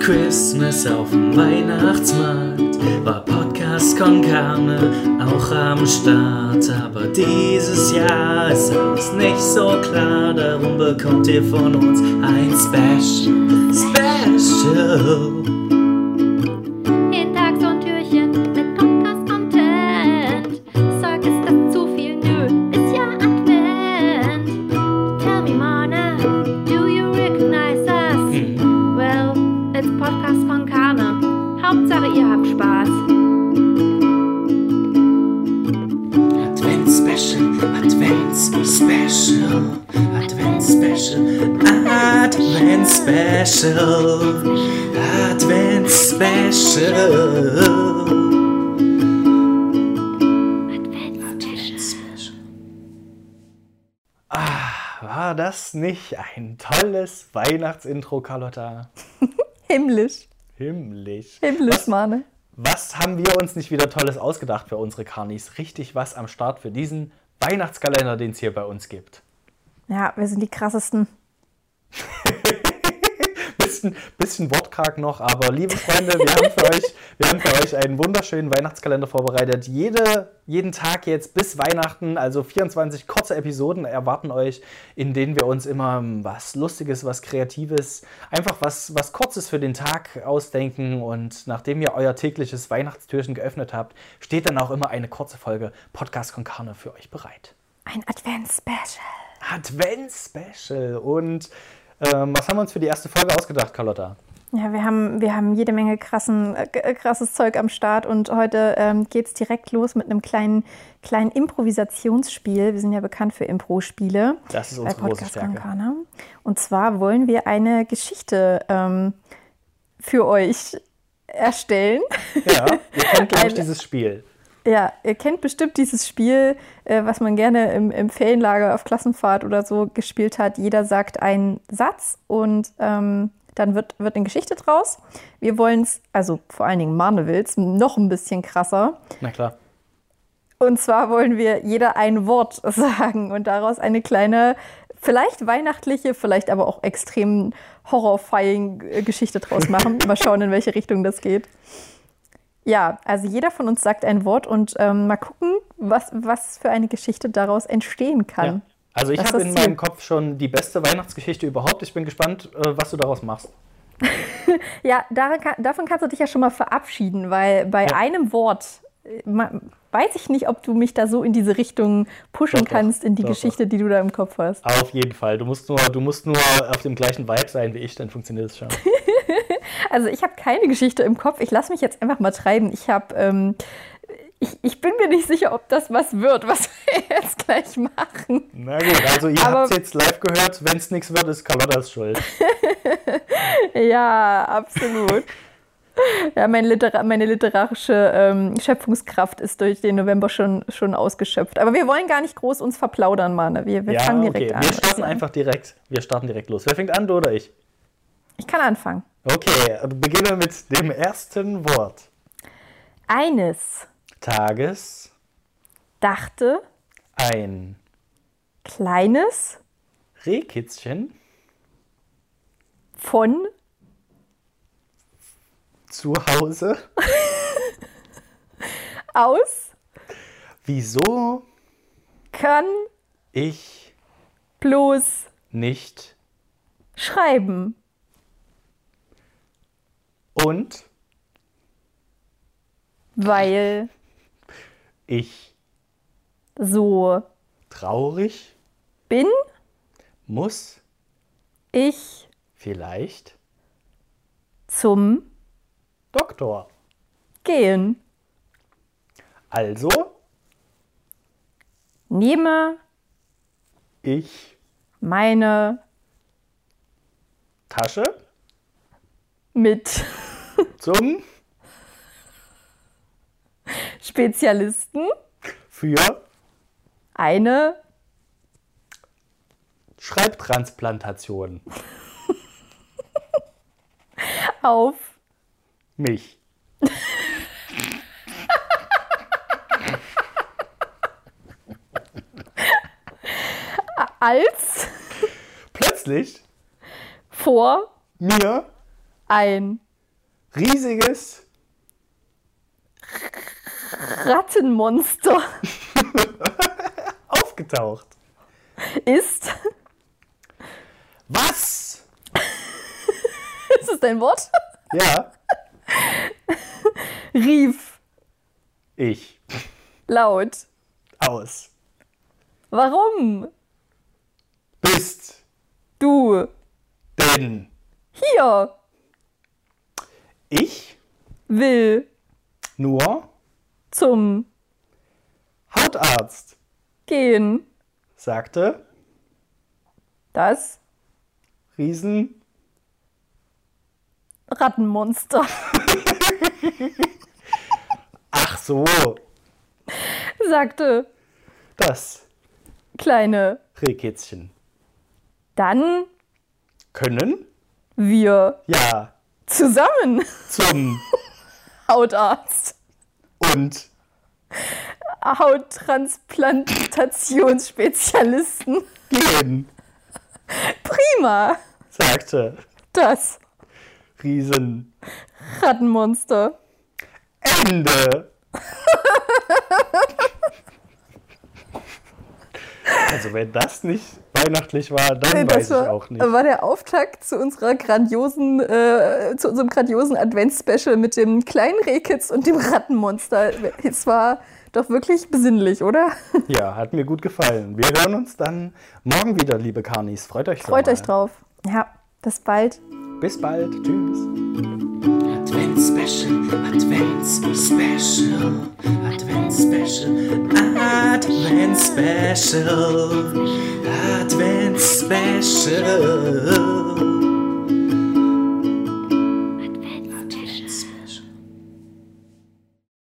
Christmas auf dem Weihnachtsmarkt war Podcast Con Carne auch am Start. Aber dieses Jahr ist alles nicht so klar, darum bekommt ihr von uns ein Special. Special. Jeden Tag so ein Türchen mit Podcast-Content. Sag, ist das zu viel? Nö, ist ja Advent. Tell me, Mona, do you recognize us? Hm. Well, it's Podcast von Karne. Hauptsache, ihr habt Spaß. Advent Special, Advent Special, Advent Special, Advent Special, Advent Special. Ah, War das nicht ein tolles Weihnachtsintro, Carlotta? Himmlisch. Himmlisch. Himmlisch, Mane. Was haben wir uns nicht wieder Tolles ausgedacht für unsere Karnis? Richtig was am Start für diesen Weihnachtskalender, den es hier bei uns gibt. Ja, wir sind die krassesten. Bisschen, bisschen wortkarg noch, aber liebe Freunde, wir haben für euch, wir haben für euch einen wunderschönen Weihnachtskalender vorbereitet. Jede, jeden Tag jetzt bis Weihnachten, also 24 kurze Episoden erwarten euch, in denen wir uns immer was Lustiges, was Kreatives, einfach was, was Kurzes für den Tag ausdenken. Und nachdem ihr euer tägliches Weihnachtstürchen geöffnet habt, steht dann auch immer eine kurze Folge Podcast con Carne für euch bereit. Ein Advents-Special. Advents-Special. Und ähm, was haben wir uns für die erste Folge ausgedacht, Carlotta? Ja, wir haben, wir haben jede Menge krassen, äh, g- äh, krasses Zeug am Start und heute ähm, geht es direkt los mit einem kleinen, kleinen Improvisationsspiel. Wir sind ja bekannt für Impro-Spiele. Das ist bei unsere große Podcast Stärke. Konkana. Und zwar wollen wir eine Geschichte ähm, für euch erstellen. Ja, ihr kennt, glaube ich, Ein- dieses Spiel. Ja, ihr kennt bestimmt dieses Spiel, äh, was man gerne im, im Ferienlager auf Klassenfahrt oder so gespielt hat. Jeder sagt einen Satz und ähm, dann wird, wird eine Geschichte draus. Wir wollen es, also vor allen Dingen Marne will's, noch ein bisschen krasser. Na klar. Und zwar wollen wir jeder ein Wort sagen und daraus eine kleine, vielleicht weihnachtliche, vielleicht aber auch extrem horrorfying äh, Geschichte draus machen. Mal schauen, in welche Richtung das geht. Ja, also jeder von uns sagt ein Wort und ähm, mal gucken, was, was für eine Geschichte daraus entstehen Ja. kann. Also ich Das habe ist in Ziel. meinem Kopf schon die beste Weihnachtsgeschichte überhaupt. Ich bin gespannt, äh, was du daraus machst. Ja, daran kann, davon kannst du dich ja schon mal verabschieden, weil bei Ja. einem Wort äh, ma- weiß ich nicht, ob du mich da so in diese Richtung pushen Doch, doch. kannst, in die Doch, doch. Geschichte, die du da im Kopf hast. Aber auf jeden Fall. Du musst nur, du musst nur auf dem gleichen Vibe sein wie ich, dann funktioniert es schon. Also ich habe keine Geschichte im Kopf. Ich lasse mich jetzt einfach mal treiben. Ich habe, ähm, ich, ich bin mir nicht sicher, ob das was wird, was wir jetzt gleich machen. Na gut, also ihr Aber- habt es jetzt live gehört. Wenn es nichts wird, ist Carlottas schuld. Ja, absolut. ja, mein Litera meine literarische ähm, Schöpfungskraft ist durch den November schon, schon ausgeschöpft. Aber wir wollen gar nicht groß uns verplaudern, Mane. Wir, wir fangen direkt an. Also, Wir würde ich starten sagen. einfach direkt. Wir starten direkt los. Wer fängt an, du oder ich? Ich kann anfangen. Okay, beginne mit dem ersten Wort. Eines Tages dachte, ein kleines Rehkitzchen von zu Hause. aus Wieso kann ich bloß nicht schreiben. und weil ich so traurig bin muss ich vielleicht zum Doktor. Gehen. Also Nehme ich meine Tasche mit zum Spezialisten für eine Schreibtransplantation auf mich. als Plötzlich vor mir ein riesiges Rattenmonster aufgetaucht. ist. Was? Ist das dein Wort? Ja, Rief ich. laut. Aus. Warum? Bist Du. denn Hier. ich Will. nur Zum. Hautarzt, Gehen. sagte Das. Riesen. Rattenmonster. Ach so, Sagte. das Kleine. Rehkitzchen. Dann. Können? Wir. Ja, Zusammen. zum Hautarzt. und Hauttransplantationsspezialisten. gehen, Prima. sagte Das. Riesen. Rattenmonster. Ende. Also wenn das nicht weihnachtlich war, Nee, dann weiß ich war, auch nicht. war der Auftakt zu unserer grandiosen, äh, zu unserem grandiosen Advents-Special mit dem kleinen Rehkitz und dem Rattenmonster. Es war doch wirklich besinnlich, oder? Ja, hat mir gut gefallen. Wir hören uns dann morgen wieder, liebe Karnis. Freut euch schon Freut mal. euch drauf. Ja, bis bald. Bis bald. Tschüss. Advents-Special, Advents-Special, Advents-Special, Advents-Special, Advents-Special.